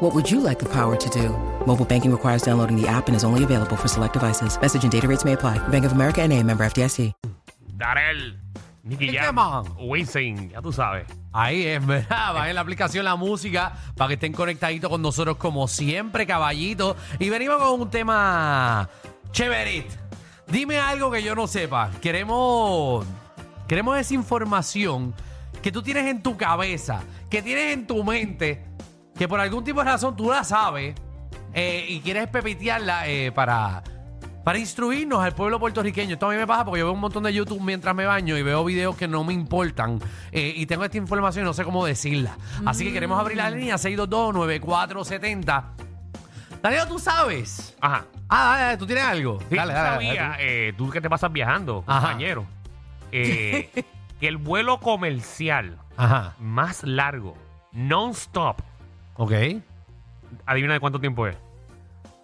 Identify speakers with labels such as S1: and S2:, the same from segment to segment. S1: What would you like the power to do? Mobile banking requires downloading the app and is only available for select devices. Message and data rates may apply. Bank of America and a member FDIC.
S2: Darel, Nicky
S3: ¿Qué
S2: Jam,
S3: llaman?
S2: Wisin, ya tú sabes.
S3: Ahí es, ¿verdad? Bajen la aplicación La Música para que estén conectaditos con nosotros como siempre, caballito. Y venimos con un tema chéverit. Dime algo que yo no sepa. Queremos, queremos esa información que tú tienes en tu cabeza, que tienes en tu mente, que por algún tipo de razón tú la sabes eh, y quieres pepitearla eh, para... Para instruirnos al pueblo puertorriqueño. Esto a mí me pasa porque yo veo un montón de YouTube mientras me baño y veo videos que no me importan. eh, y tengo esta información y no sé cómo decirla. Así que queremos abrir la línea 622-9470. Daniel, tú sabes.
S2: Ajá.
S3: Ah, dale, dale, tú tienes algo.
S2: Sí,
S3: dale,
S2: tú
S3: dale, dale,
S2: sabías, eh, tú que te pasas viajando,
S3: Ajá.
S2: compañero, eh, que el vuelo comercial
S3: tú. Ajá.
S2: más largo, non-stop,
S3: Ok.
S2: adivina de cuánto tiempo es.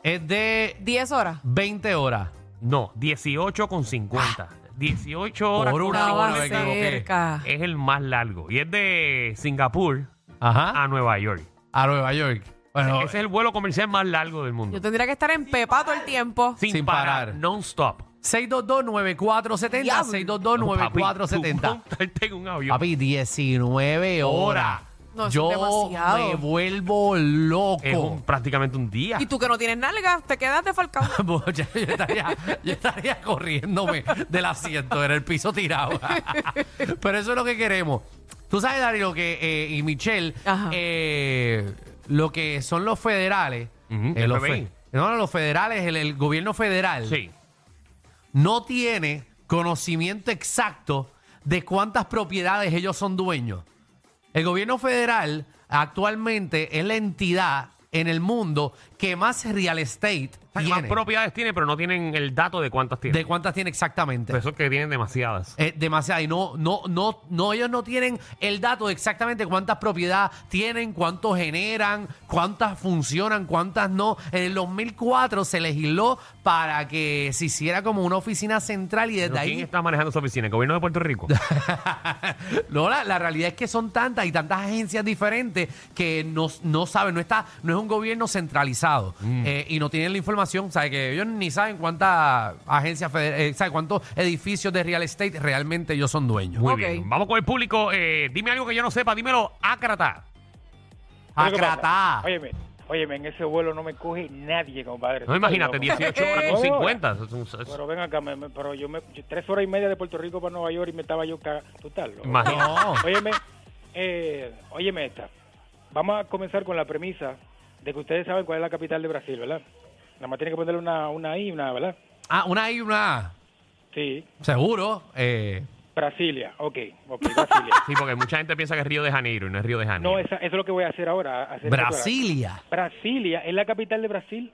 S3: Es de
S4: 10 horas.
S3: 20 horas.
S2: No, 18 con 50. 18 horas
S3: Ah. Por
S2: con
S3: una hora,
S4: Estaba
S3: me
S2: cincuenta.
S3: equivoqué.
S4: cerca.
S2: Es el más largo. Y es de Singapur
S3: Ajá.
S2: a Nueva York.
S3: A Nueva York. Bueno,
S2: Ah. Ese es el vuelo comercial más largo del mundo.
S4: Yo tendría que estar en Pepa todo el tiempo.
S2: Sin,
S3: Sin
S2: parar.
S3: parar.
S2: Non-stop.
S3: 622-9470.
S4: Diablo.
S2: Papi, tú
S3: 622-9470.
S2: montarte en un avión.
S3: Papi, 19 horas.
S4: No, eso
S3: Yo
S4: es demasiado.
S3: me vuelvo
S2: es un-
S3: loco.
S2: prácticamente un día.
S4: Y tú que no tienes nalgas, te quedas defalcado.
S3: yo, estaría, yo estaría corriéndome del asiento, en el piso tirado. Pero eso es lo que queremos. Tú sabes, Dari, lo que, eh, y Michelle,
S4: Ajá.
S3: eh, lo que son los federales.
S2: Ujú,
S3: eh, los
S2: FBI.
S3: no, no, los federales, el, el gobierno federal
S2: Sí.
S3: no tiene conocimiento exacto de cuántas propiedades ellos son dueños. El gobierno federal actualmente es la entidad en el mundo que más real
S2: O
S3: estate
S2: sea, que
S3: tiene.
S2: más propiedades tiene, pero no tienen el dato de cuántas tiene. Pues,
S3: ¿De cuántas tiene exactamente?
S2: Por eso es que tienen demasiadas.
S3: Eh, demasiado. Y no, no, no, no, ellos no tienen el dato de exactamente cuántas propiedades tienen, cuántos generan, cuántas funcionan, cuántas no. En el 2004 se legisló para que se hiciera como una oficina central y desde
S2: Pero
S3: ahí...
S2: ¿Quién está manejando esa oficina? ¿El gobierno de Puerto Rico?
S3: No, la, la realidad es que son tantas y tantas agencias diferentes que no, no saben, no está, no es un gobierno centralizado
S5: Mm.
S3: eh, y no tienen la información, sabe que ellos ni saben cuántas agencias, feder- eh, sabe cuántos edificios de real estate realmente ellos son dueños.
S2: Muy
S4: Ok.
S2: bien. Vamos con el público. Eh, dime algo que yo no sepa. Dímelo, Ácrata.
S5: ¿Sabes qué pasa?
S3: Acratá.
S5: Óyeme, óyeme, en ese vuelo no me coge nadie, compadre.
S2: No, imagínate,
S5: Estoy loco.
S2: 18 horas con 50. Eso es un- eso es-
S5: Pero ven acá, me- me- pero yo me... yo tres horas y media de Puerto Rico para Nueva York y me estaba yo cagando. Total, loco.
S2: Imagínate.
S3: No.
S5: Óyeme, eh, óyeme esta. Vamos a comenzar con la premisa de que ustedes saben cuál es la capital de Brasil, ¿verdad? Nada más tienen que ponerle una, una I, una, A, ¿verdad?
S3: Ah, una y una A.
S5: Sí.
S3: seguro. eh,
S5: Brasilia, ok. Ok, Brasilia.
S2: Sí, porque mucha gente piensa que es Río de Janeiro y no es Río de Janeiro.
S5: No, esa- eso es lo que voy a hacer ahora. a- hacer esa
S3: Brasilia.
S5: aclaración. Brasilia es la capital de Brasil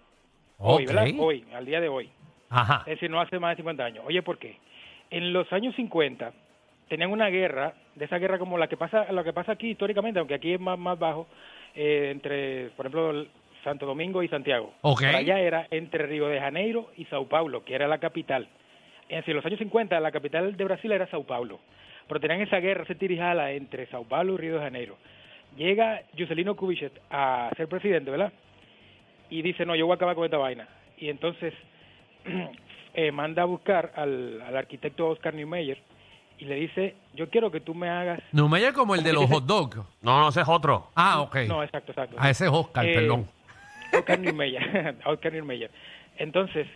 S5: hoy,
S3: Ok.
S5: ¿verdad? Hoy, al día de hoy.
S3: Ajá.
S5: Es decir, no hace más de 50 años. Oye, ¿por qué? En los años 50 tenían una guerra, de esa guerra como la que pasa, la que pasa aquí históricamente, aunque aquí es más, más bajo, eh, entre, por ejemplo, el Santo Domingo y Santiago.
S3: Ok.
S5: Por allá era entre Río de Janeiro y Sao Paulo, que era la capital. Es decir, en los años 50 la capital de Brasil era Sao Paulo, pero tenían esa guerra, ese tirijala entre Sao Paulo y Río de Janeiro. Llega Juscelino Kubitschek a ser presidente, ¿verdad? y dice, no, yo voy a acabar con esta vaina. Y entonces eh, manda a buscar al, al arquitecto Oscar Niemeyer y le dice, yo quiero que tú me hagas...
S3: Numeyer como el de los hot dogs.
S2: No, no, ese es otro.
S3: Ah, ok.
S5: No, exacto, exacto.
S3: A ese es Oscar,
S5: Eh,
S3: perdón.
S5: Oscar Niemeyer. Oscar Niemeyer. Entonces,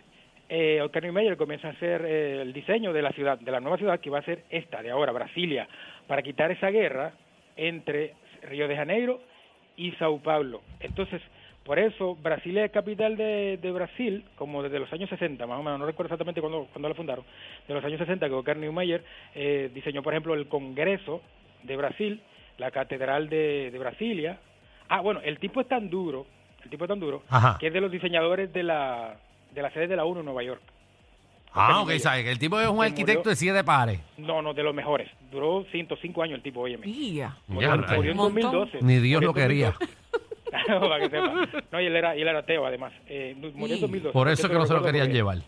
S5: eh, Oscar Niemeyer comienza a hacer eh, el diseño de la ciudad, de la nueva ciudad que va a ser esta de ahora, Brasilia. para quitar esa guerra entre Río de Janeiro y Sao Paulo. Entonces, por eso Brasil es capital de, de Brasil, como desde los años 60, más o menos, no recuerdo exactamente cuándo, cuándo la fundaron, de los años 60 que Oscar Niemeyer eh, diseñó, por ejemplo, el Congreso de Brasil, la Catedral de, de Brasilia. Ah, bueno, el tipo es tan duro, el tipo es tan duro,
S3: Ajá.
S5: que es de los diseñadores de la, de la sede de la ONU en Nueva York.
S3: Ah, ok, ¿sabes? que El tipo es un
S5: Se
S3: arquitecto
S5: murió.
S3: de siete pares.
S5: No, no, de los mejores. Duró 105 años el tipo, óyeme.
S4: Mía.
S3: Ya,
S5: Murió, murió
S3: rayos.
S5: en
S4: Montón.
S5: 2012.
S3: Ni Dios lo
S5: Murió en
S3: quería.
S5: 2012. Claro, para que sepa. No, y él era, y él era ateo, además. Eh, mu- murió en 2012.
S3: Por eso
S5: Yo
S3: que no se lo
S5: recuerdo
S3: querían
S5: porque-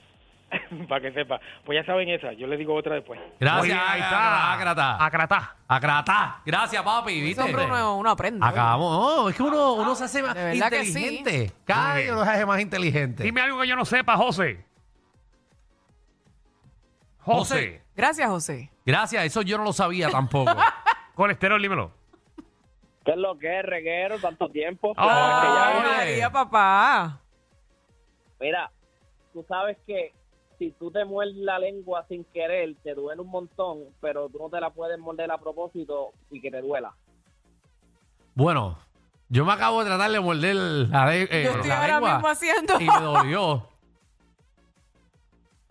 S3: llevar.
S5: para que sepa. Pues ya saben esa, yo les digo otra después.
S2: Muy
S3: Gracias,
S2: bien,
S3: ahí está. Acrata.
S2: Acratá.
S3: Acrata. Gracias, papi, ¿viste?
S4: Siempre uno, uno aprende.
S3: Acabamos. No, es que uno, uno se hace más
S4: De verdad que sí.
S3: inteligente. Cada
S2: Muy
S3: día
S2: bien.
S3: uno se hace más inteligente.
S2: Dime algo que yo no sepa, José. José.
S3: José.
S4: Gracias, José.
S3: Gracias, eso yo no lo sabía tampoco.
S2: Colesterol, dímelo.
S6: ¿Qué es lo que es, reguero, tanto tiempo?
S3: Ah,
S4: Ay,
S3: oye.
S4: María, papá.
S6: Mira, tú sabes que si tú te muerdes la lengua sin querer, te duele un montón, pero tú no te la puedes morder a propósito y que te duela.
S3: bueno, yo me acabo de tratar de morder la, de- eh,
S4: Yo estoy
S3: la
S4: ahora
S3: lengua
S4: mismo haciendo.
S3: y me dolió.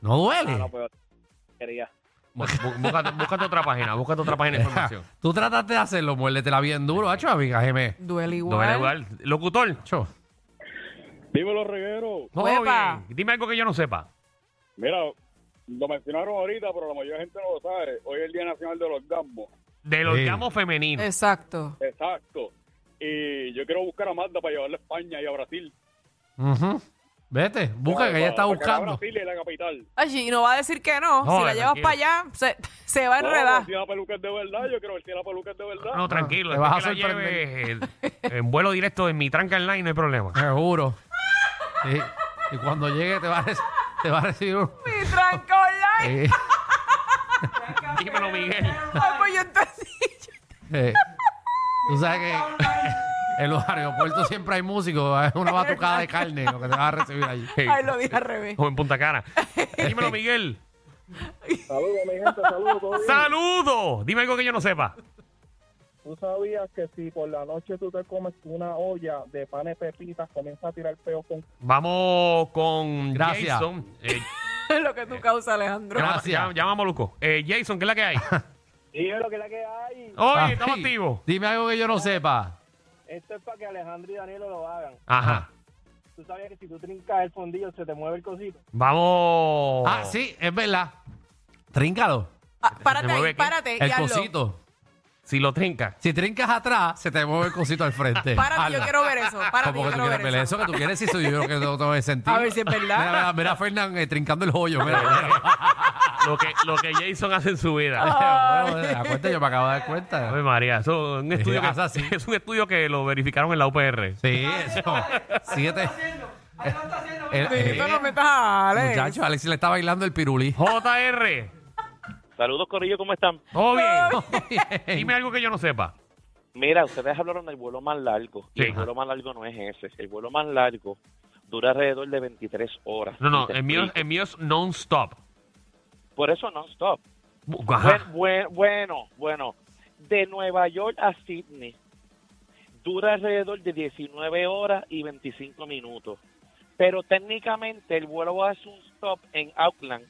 S3: No duele.
S6: Ah, no, pero quería.
S2: Bueno, bú- búscate, búscate otra página, búscate otra página de información.
S3: Tú trataste de hacerlo, muérdetela bien duro, hacho, amiga, geme.
S4: Duele igual.
S2: No me da igual. Locutor.
S3: Hacho.
S7: Dímelo, Reguero.
S2: Todo
S4: Huepa.
S2: bien. Dime algo que yo no sepa.
S7: Mira, lo mencionaron ahorita, pero la mayoría de gente no lo sabe. Hoy es el Día Nacional del Orgasmo.
S2: Del
S3: Sí.
S2: orgasmo femenino.
S4: Exacto.
S7: Exacto. Y Eh, yo quiero buscar a Magda para llevarla a España y a Brasil.
S3: Ujú. Vete, busca
S7: Para-
S3: que ella está
S7: para que la
S3: buscando.
S7: Brasil es la capital.
S4: Ay, y no va a decir que no.
S2: No,
S4: si la llevas
S2: tranquilo.
S4: para allá, se, se va a enredar.
S7: No, si la peluca es de verdad, yo quiero ver si la peluca es de verdad.
S2: No, tranquilo.
S3: te
S2: después
S3: vas a
S2: que la
S3: sorprender.
S2: lleves, eh, en vuelo directo en mi tranca online, no hay problema.
S3: Seguro. Sí. Y cuando llegue te va a, rec- te va a recibir un...
S4: Mi tranco online.
S3: Eh,
S2: Dímelo, Miguel.
S4: Ay, pues yo entendí.
S3: eh. Tú sabes que en los aeropuertos siempre hay músicos, es una batucada de carne lo que te va a recibir allí.
S4: Ay, lo dije al revés.
S2: O en Punta Cara. Dímelo, Miguel.
S6: Saludos, mi gente, saludos. ¿todo bien?
S2: ¡Saludos! Dime algo que yo no sepa.
S6: ¿Tú sabías que si por la noche tú te comes una olla de panes pepitas, comienza a tirar peo con...
S2: Vamos con
S3: Gracias.
S2: Jason. Eh,
S4: lo que tú causas, Alejandro.
S3: Gracias.
S2: llama, llama a Moluco. Eh, Jason, ¿qué es la que hay?
S6: Dímelo que la que hay.
S2: Oye,
S3: Papi,
S2: estamos activos.
S3: Dime algo que yo no sepa.
S6: Esto es para que Alejandro y Danilo lo hagan.
S2: Ajá.
S6: ¿Tú sabías que si tú trincas el fondillo se te mueve el cosito?
S2: Vamos.
S3: Ah, sí, es verdad. Tríncalo.
S4: Ah, párate
S2: Se mueve
S4: ahí,
S2: aquí.
S4: párate. y
S3: El
S4: hazlo.
S3: cosito.
S2: Si lo trinca.
S3: Si trincas atrás, se te mueve el cosito al frente.
S4: Párate, yo
S3: Hazlo.
S4: quiero ver eso. Párate,
S3: Como que Pues, tú
S4: yo quiero
S3: quieres
S4: ver
S3: ver
S4: eso.
S3: eso que tú quieres, si soy yo que no tengo ese sentido.
S4: A ver si es verdad.
S3: Mira, mira, mira a Fernán eh, trincando el hoyo. Mira, mira,
S2: Lo que, lo que Jason hace en su vida.
S3: mira. Bueno, mira, cuenta, yo me acabo de dar cuenta.
S2: Ay, María, eso es un estudio
S3: Es así.
S2: que, es un estudio que lo verificaron en la UPR.
S3: Sí, eso. Siete. El-
S4: Sí, tú
S3: eh,
S4: no metas a Alex.
S3: Muchacho, Alexis le está bailando el pirulí.
S2: JR,
S6: Saludos, Corillo, ¿cómo están?
S2: todo bien.
S3: Bien.
S2: Dime algo que yo no sepa.
S6: Mira, ustedes hablaron del vuelo más largo. Y
S2: Sí.
S6: el vuelo más largo no es ese. El vuelo más largo dura alrededor de 23 horas.
S2: No, no,
S6: Y te
S2: el mío,
S6: explico.
S2: el mío es non-stop.
S6: Por eso non-stop.
S2: Ajá.
S6: Buen- buen- bueno, bueno. De Nueva York a Sydney dura alrededor de 19 horas y 25 minutos. Pero técnicamente el vuelo hace un stop en Auckland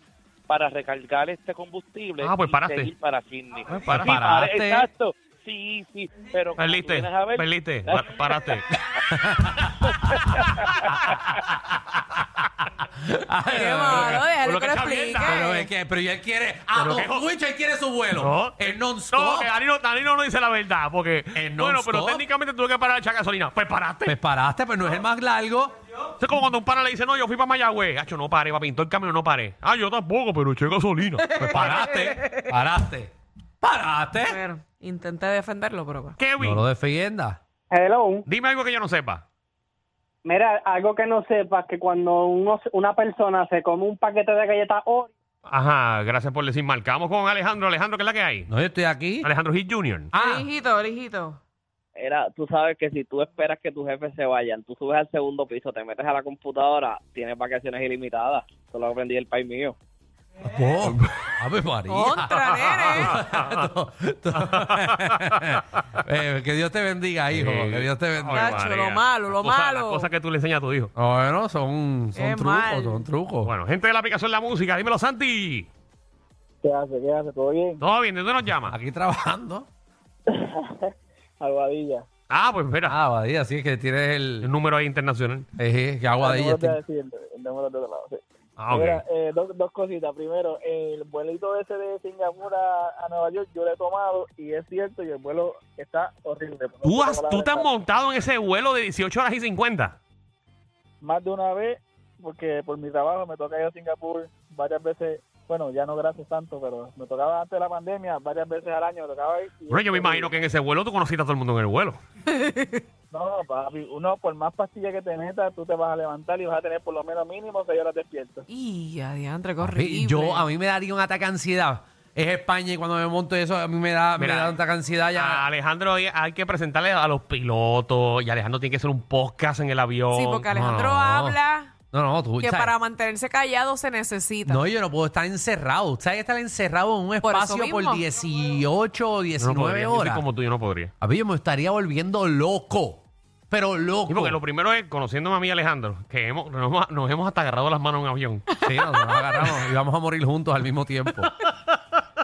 S6: para recargar este combustible
S2: Ah, pues
S6: y
S2: paraste.
S6: seguir para Sydney.
S2: Pues
S6: Sí,
S2: para-
S6: para-
S3: paraste.
S6: exacto. Sí, sí, pero como tú
S2: Perdiste,
S6: vienes a ver-
S2: perdiste, pa- paraste.
S4: Qué malo,
S2: por lo
S4: déjalo que
S2: que
S4: lo
S2: está
S4: explique.
S2: viendo,
S3: Pero es que, pero él quiere. Ah,
S2: Pero
S3: no,
S2: que-
S3: mucho, él quiere su vuelo. el non-stop.
S2: eh, No, que Danilo, Danilo no dice la verdad, porque...
S3: El
S2: bueno, pero
S3: non-stop.
S2: técnicamente tuve que parar a echar gasolina. Pues paraste.
S3: Pues paraste, pero no es el más largo.
S2: Es como cuando un pana le dice, no, yo fui para Mayagüez. Hacho, no paré, para pintar el camino, no paré. Ah, yo tampoco, pero eché gasolina.
S3: Pues paraste, paraste, paraste.
S4: Bueno, intenté defenderlo, pero va.
S2: Kevin,
S3: No lo defienda.
S8: Hello.
S2: dime algo que yo no sepa.
S8: Mira, algo que no sepas que cuando uno, una persona se come un paquete de galletas Oreo,
S2: Ajá, gracias por decir. Marcamos con Alejandro. Alejandro, ¿qué es la que hay?
S3: No, yo estoy aquí.
S2: Alejandro Hill Jr.
S3: Ah,
S4: Hijito, hijito.
S6: Era, tú sabes que si tú esperas que tus jefes se vayan, tú subes al segundo piso, te metes a la computadora, tienes vacaciones ilimitadas. Eso lo aprendí del país mío.
S3: Oh, ¡Ave María!
S4: Contra, nene.
S3: To- to- Eh, que Dios te bendiga, hijo.
S2: Sí.
S3: Que Dios te bendiga.
S4: Nacho, lo malo,
S2: Las
S4: lo
S2: cosas-
S4: malo.
S2: Las cosas que tú le enseñas a tu hijo.
S3: Bueno, son, son
S4: Qué
S3: trucos,
S4: mal.
S3: son trucos.
S2: Bueno, gente de la aplicación La Música, dímelo, Santi.
S8: ¿Qué hace? ¿Qué hace? ¿Todo bien?
S2: ¿Todo bien? ¿De dónde nos llama?
S3: Aquí trabajando.
S8: Aguadilla.
S2: Ah, pues espera.
S3: Ah, Badía, así es que tienes
S2: El
S3: el.
S2: número ahí internacional.
S3: Eh, que
S8: No me
S3: aguadilla.
S8: voy a
S3: este-
S8: decir el número de otro lado, sí.
S2: Ah, ok.
S8: Mira, eh, dos, dos cositas. Primero, el vuelito ese de Singapur a, a Nueva York, yo lo he tomado y es cierto, y el vuelo está horrible.
S2: ¿Tú,
S8: No
S2: has,
S3: eh,
S8: tengo
S2: tú te has
S8: palabras.
S2: montado en ese vuelo de 18 horas y 50.
S8: Más de una vez, porque por mi trabajo me toca ir a Singapur varias veces. Bueno, ya no gracias tanto, pero me tocaba antes de la pandemia varias veces al año. Me tocaba ir. y-
S2: Bueno, yo me imagino que en ese vuelo tú conociste a todo el mundo en el vuelo.
S8: No, papi, uno por más pastillas que te metas, tú te vas a levantar y vas a tener por lo menos mínimo seis horas despierto.
S4: Y adiantre, qué
S3: Sí,
S4: horrible.
S3: Yo, a mí me daría un ataque de ansiedad. Es España y cuando me monto eso, a mí me da,
S2: Mira, Ah.
S3: me da un ataque de ansiedad
S2: A
S3: ya.
S2: Alejandro hay- hay que presentarle a los pilotos y Alejandro tiene que hacer un podcast en el avión.
S4: Sí, porque
S3: No,
S4: Alejandro
S3: no.
S4: habla
S3: No, no, tú.
S4: que
S3: ¿sabes?
S4: para mantenerse callado se necesita.
S3: No, yo no puedo estar encerrado. ¿Sabes? Estar encerrado en un
S4: Por eso
S3: espacio por,
S4: mismo.
S3: 18
S2: Yo
S3: o
S2: no
S3: 19
S2: podría. Yo soy
S3: horas.
S2: como tú, yo no podría.
S3: A mí yo me estaría volviendo loco. Pero loco.
S2: Sí, porque lo primero es, conociéndome a mí, Alejandro, que hemos, nos, hemos, nos hemos hasta agarrado las manos en un avión.
S3: Sí, nos agarramos y vamos a morir juntos al mismo tiempo.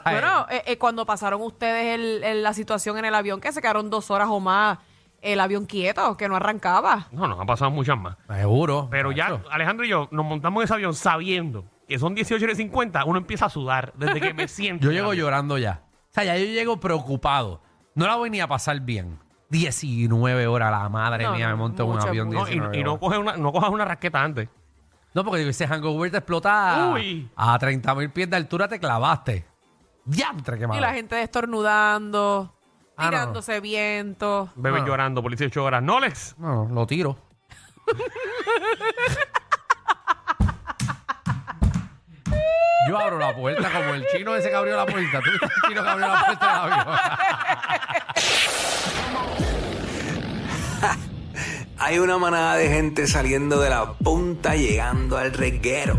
S3: Ay,
S4: Bueno, eh, eh, cuando pasaron ustedes el- el- la situación en el avión, que se quedaron dos horas o más el avión quieto, que no arrancaba.
S2: No, nos han pasado muchas más.
S3: seguro.
S2: Pero ya,
S3: macho.
S2: Alejandro y yo nos montamos en ese avión sabiendo que son 18 horas y 50, uno empieza a sudar desde que me siento.
S3: Yo
S2: en el
S3: llego
S2: avión.
S3: llorando ya. O sea, ya yo llego preocupado. No la voy ni a pasar bien. 19 horas, la madre
S4: No,
S3: mía,
S4: no,
S3: me monto en un
S4: mucho,
S3: avión
S4: mucho.
S2: No,
S3: 19
S2: y, y no
S3: horas.
S2: coges una, no cojas una raqueta antes.
S3: No, porque digo, ese hangover te explota a-
S2: Uy.
S3: a 30 mil pies de altura, te clavaste. Diantre, qué
S4: Y
S3: malo.
S4: la gente estornudando,
S3: Ah, no.
S4: tirándose viento.
S2: Bebé
S3: Ah.
S2: llorando por 18 horas. No, Lex.
S3: No, Pues, lo tiro. Yo abro la puerta como el chino ese que abrió la puerta. Tú viste el chino que abrió la puerta del avión.
S9: Hay una manada de gente saliendo de la punta llegando al reguero.